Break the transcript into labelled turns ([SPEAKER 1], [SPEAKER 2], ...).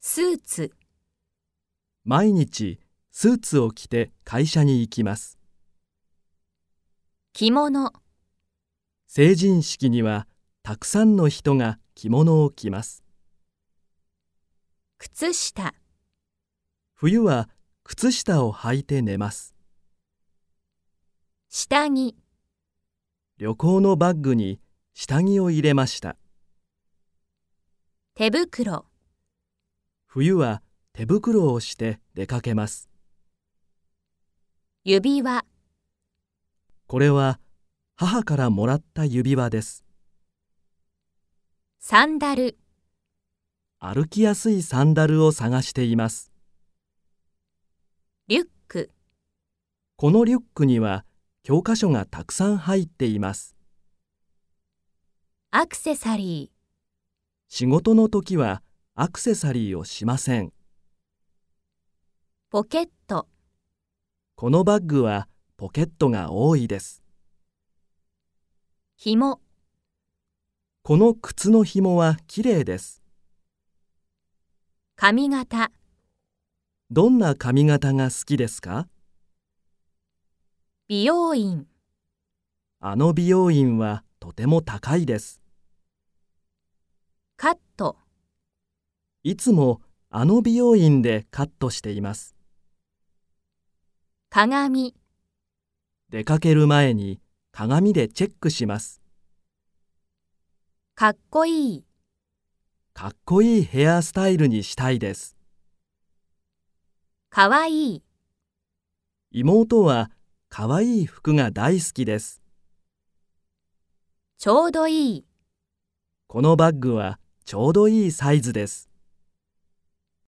[SPEAKER 1] スーツ、
[SPEAKER 2] 毎日スーツを着て会社に行きます
[SPEAKER 1] 着物、
[SPEAKER 2] 成人式にはたくさんの人が着物を着ます
[SPEAKER 1] 靴下、
[SPEAKER 2] 冬は靴下を履いて寝ます
[SPEAKER 1] 下着、
[SPEAKER 2] 旅行のバッグに下着を入れました
[SPEAKER 1] 手袋、
[SPEAKER 2] 冬は手袋をして出かけます
[SPEAKER 1] 指輪、
[SPEAKER 2] これは母からもらった指輪です
[SPEAKER 1] サンダル、
[SPEAKER 2] 歩きやすいサンダルを探しています
[SPEAKER 1] リュック、
[SPEAKER 2] このリュックには教科書がたくさん入っています
[SPEAKER 1] アクセサリー、
[SPEAKER 2] 仕事の時はアクセサリーをしません
[SPEAKER 1] ポケット、
[SPEAKER 2] このバッグはポケットが多いです
[SPEAKER 1] 紐、
[SPEAKER 2] この靴の紐はきれいです
[SPEAKER 1] 髪型、
[SPEAKER 2] どんな髪型が好きですか
[SPEAKER 1] 美容院、
[SPEAKER 2] あの美容院はとても高いです
[SPEAKER 1] カット、
[SPEAKER 2] いつもあの美容院でカットしています
[SPEAKER 1] 鏡、
[SPEAKER 2] 出かける前に鏡でチェックします
[SPEAKER 1] かっこいい、
[SPEAKER 2] かっこいいヘアスタイルにしたいです
[SPEAKER 1] かわいい、
[SPEAKER 2] 妹はかわいい服が大好きです
[SPEAKER 1] ちょうどいい。
[SPEAKER 2] このバッグはちょうどいいサイズです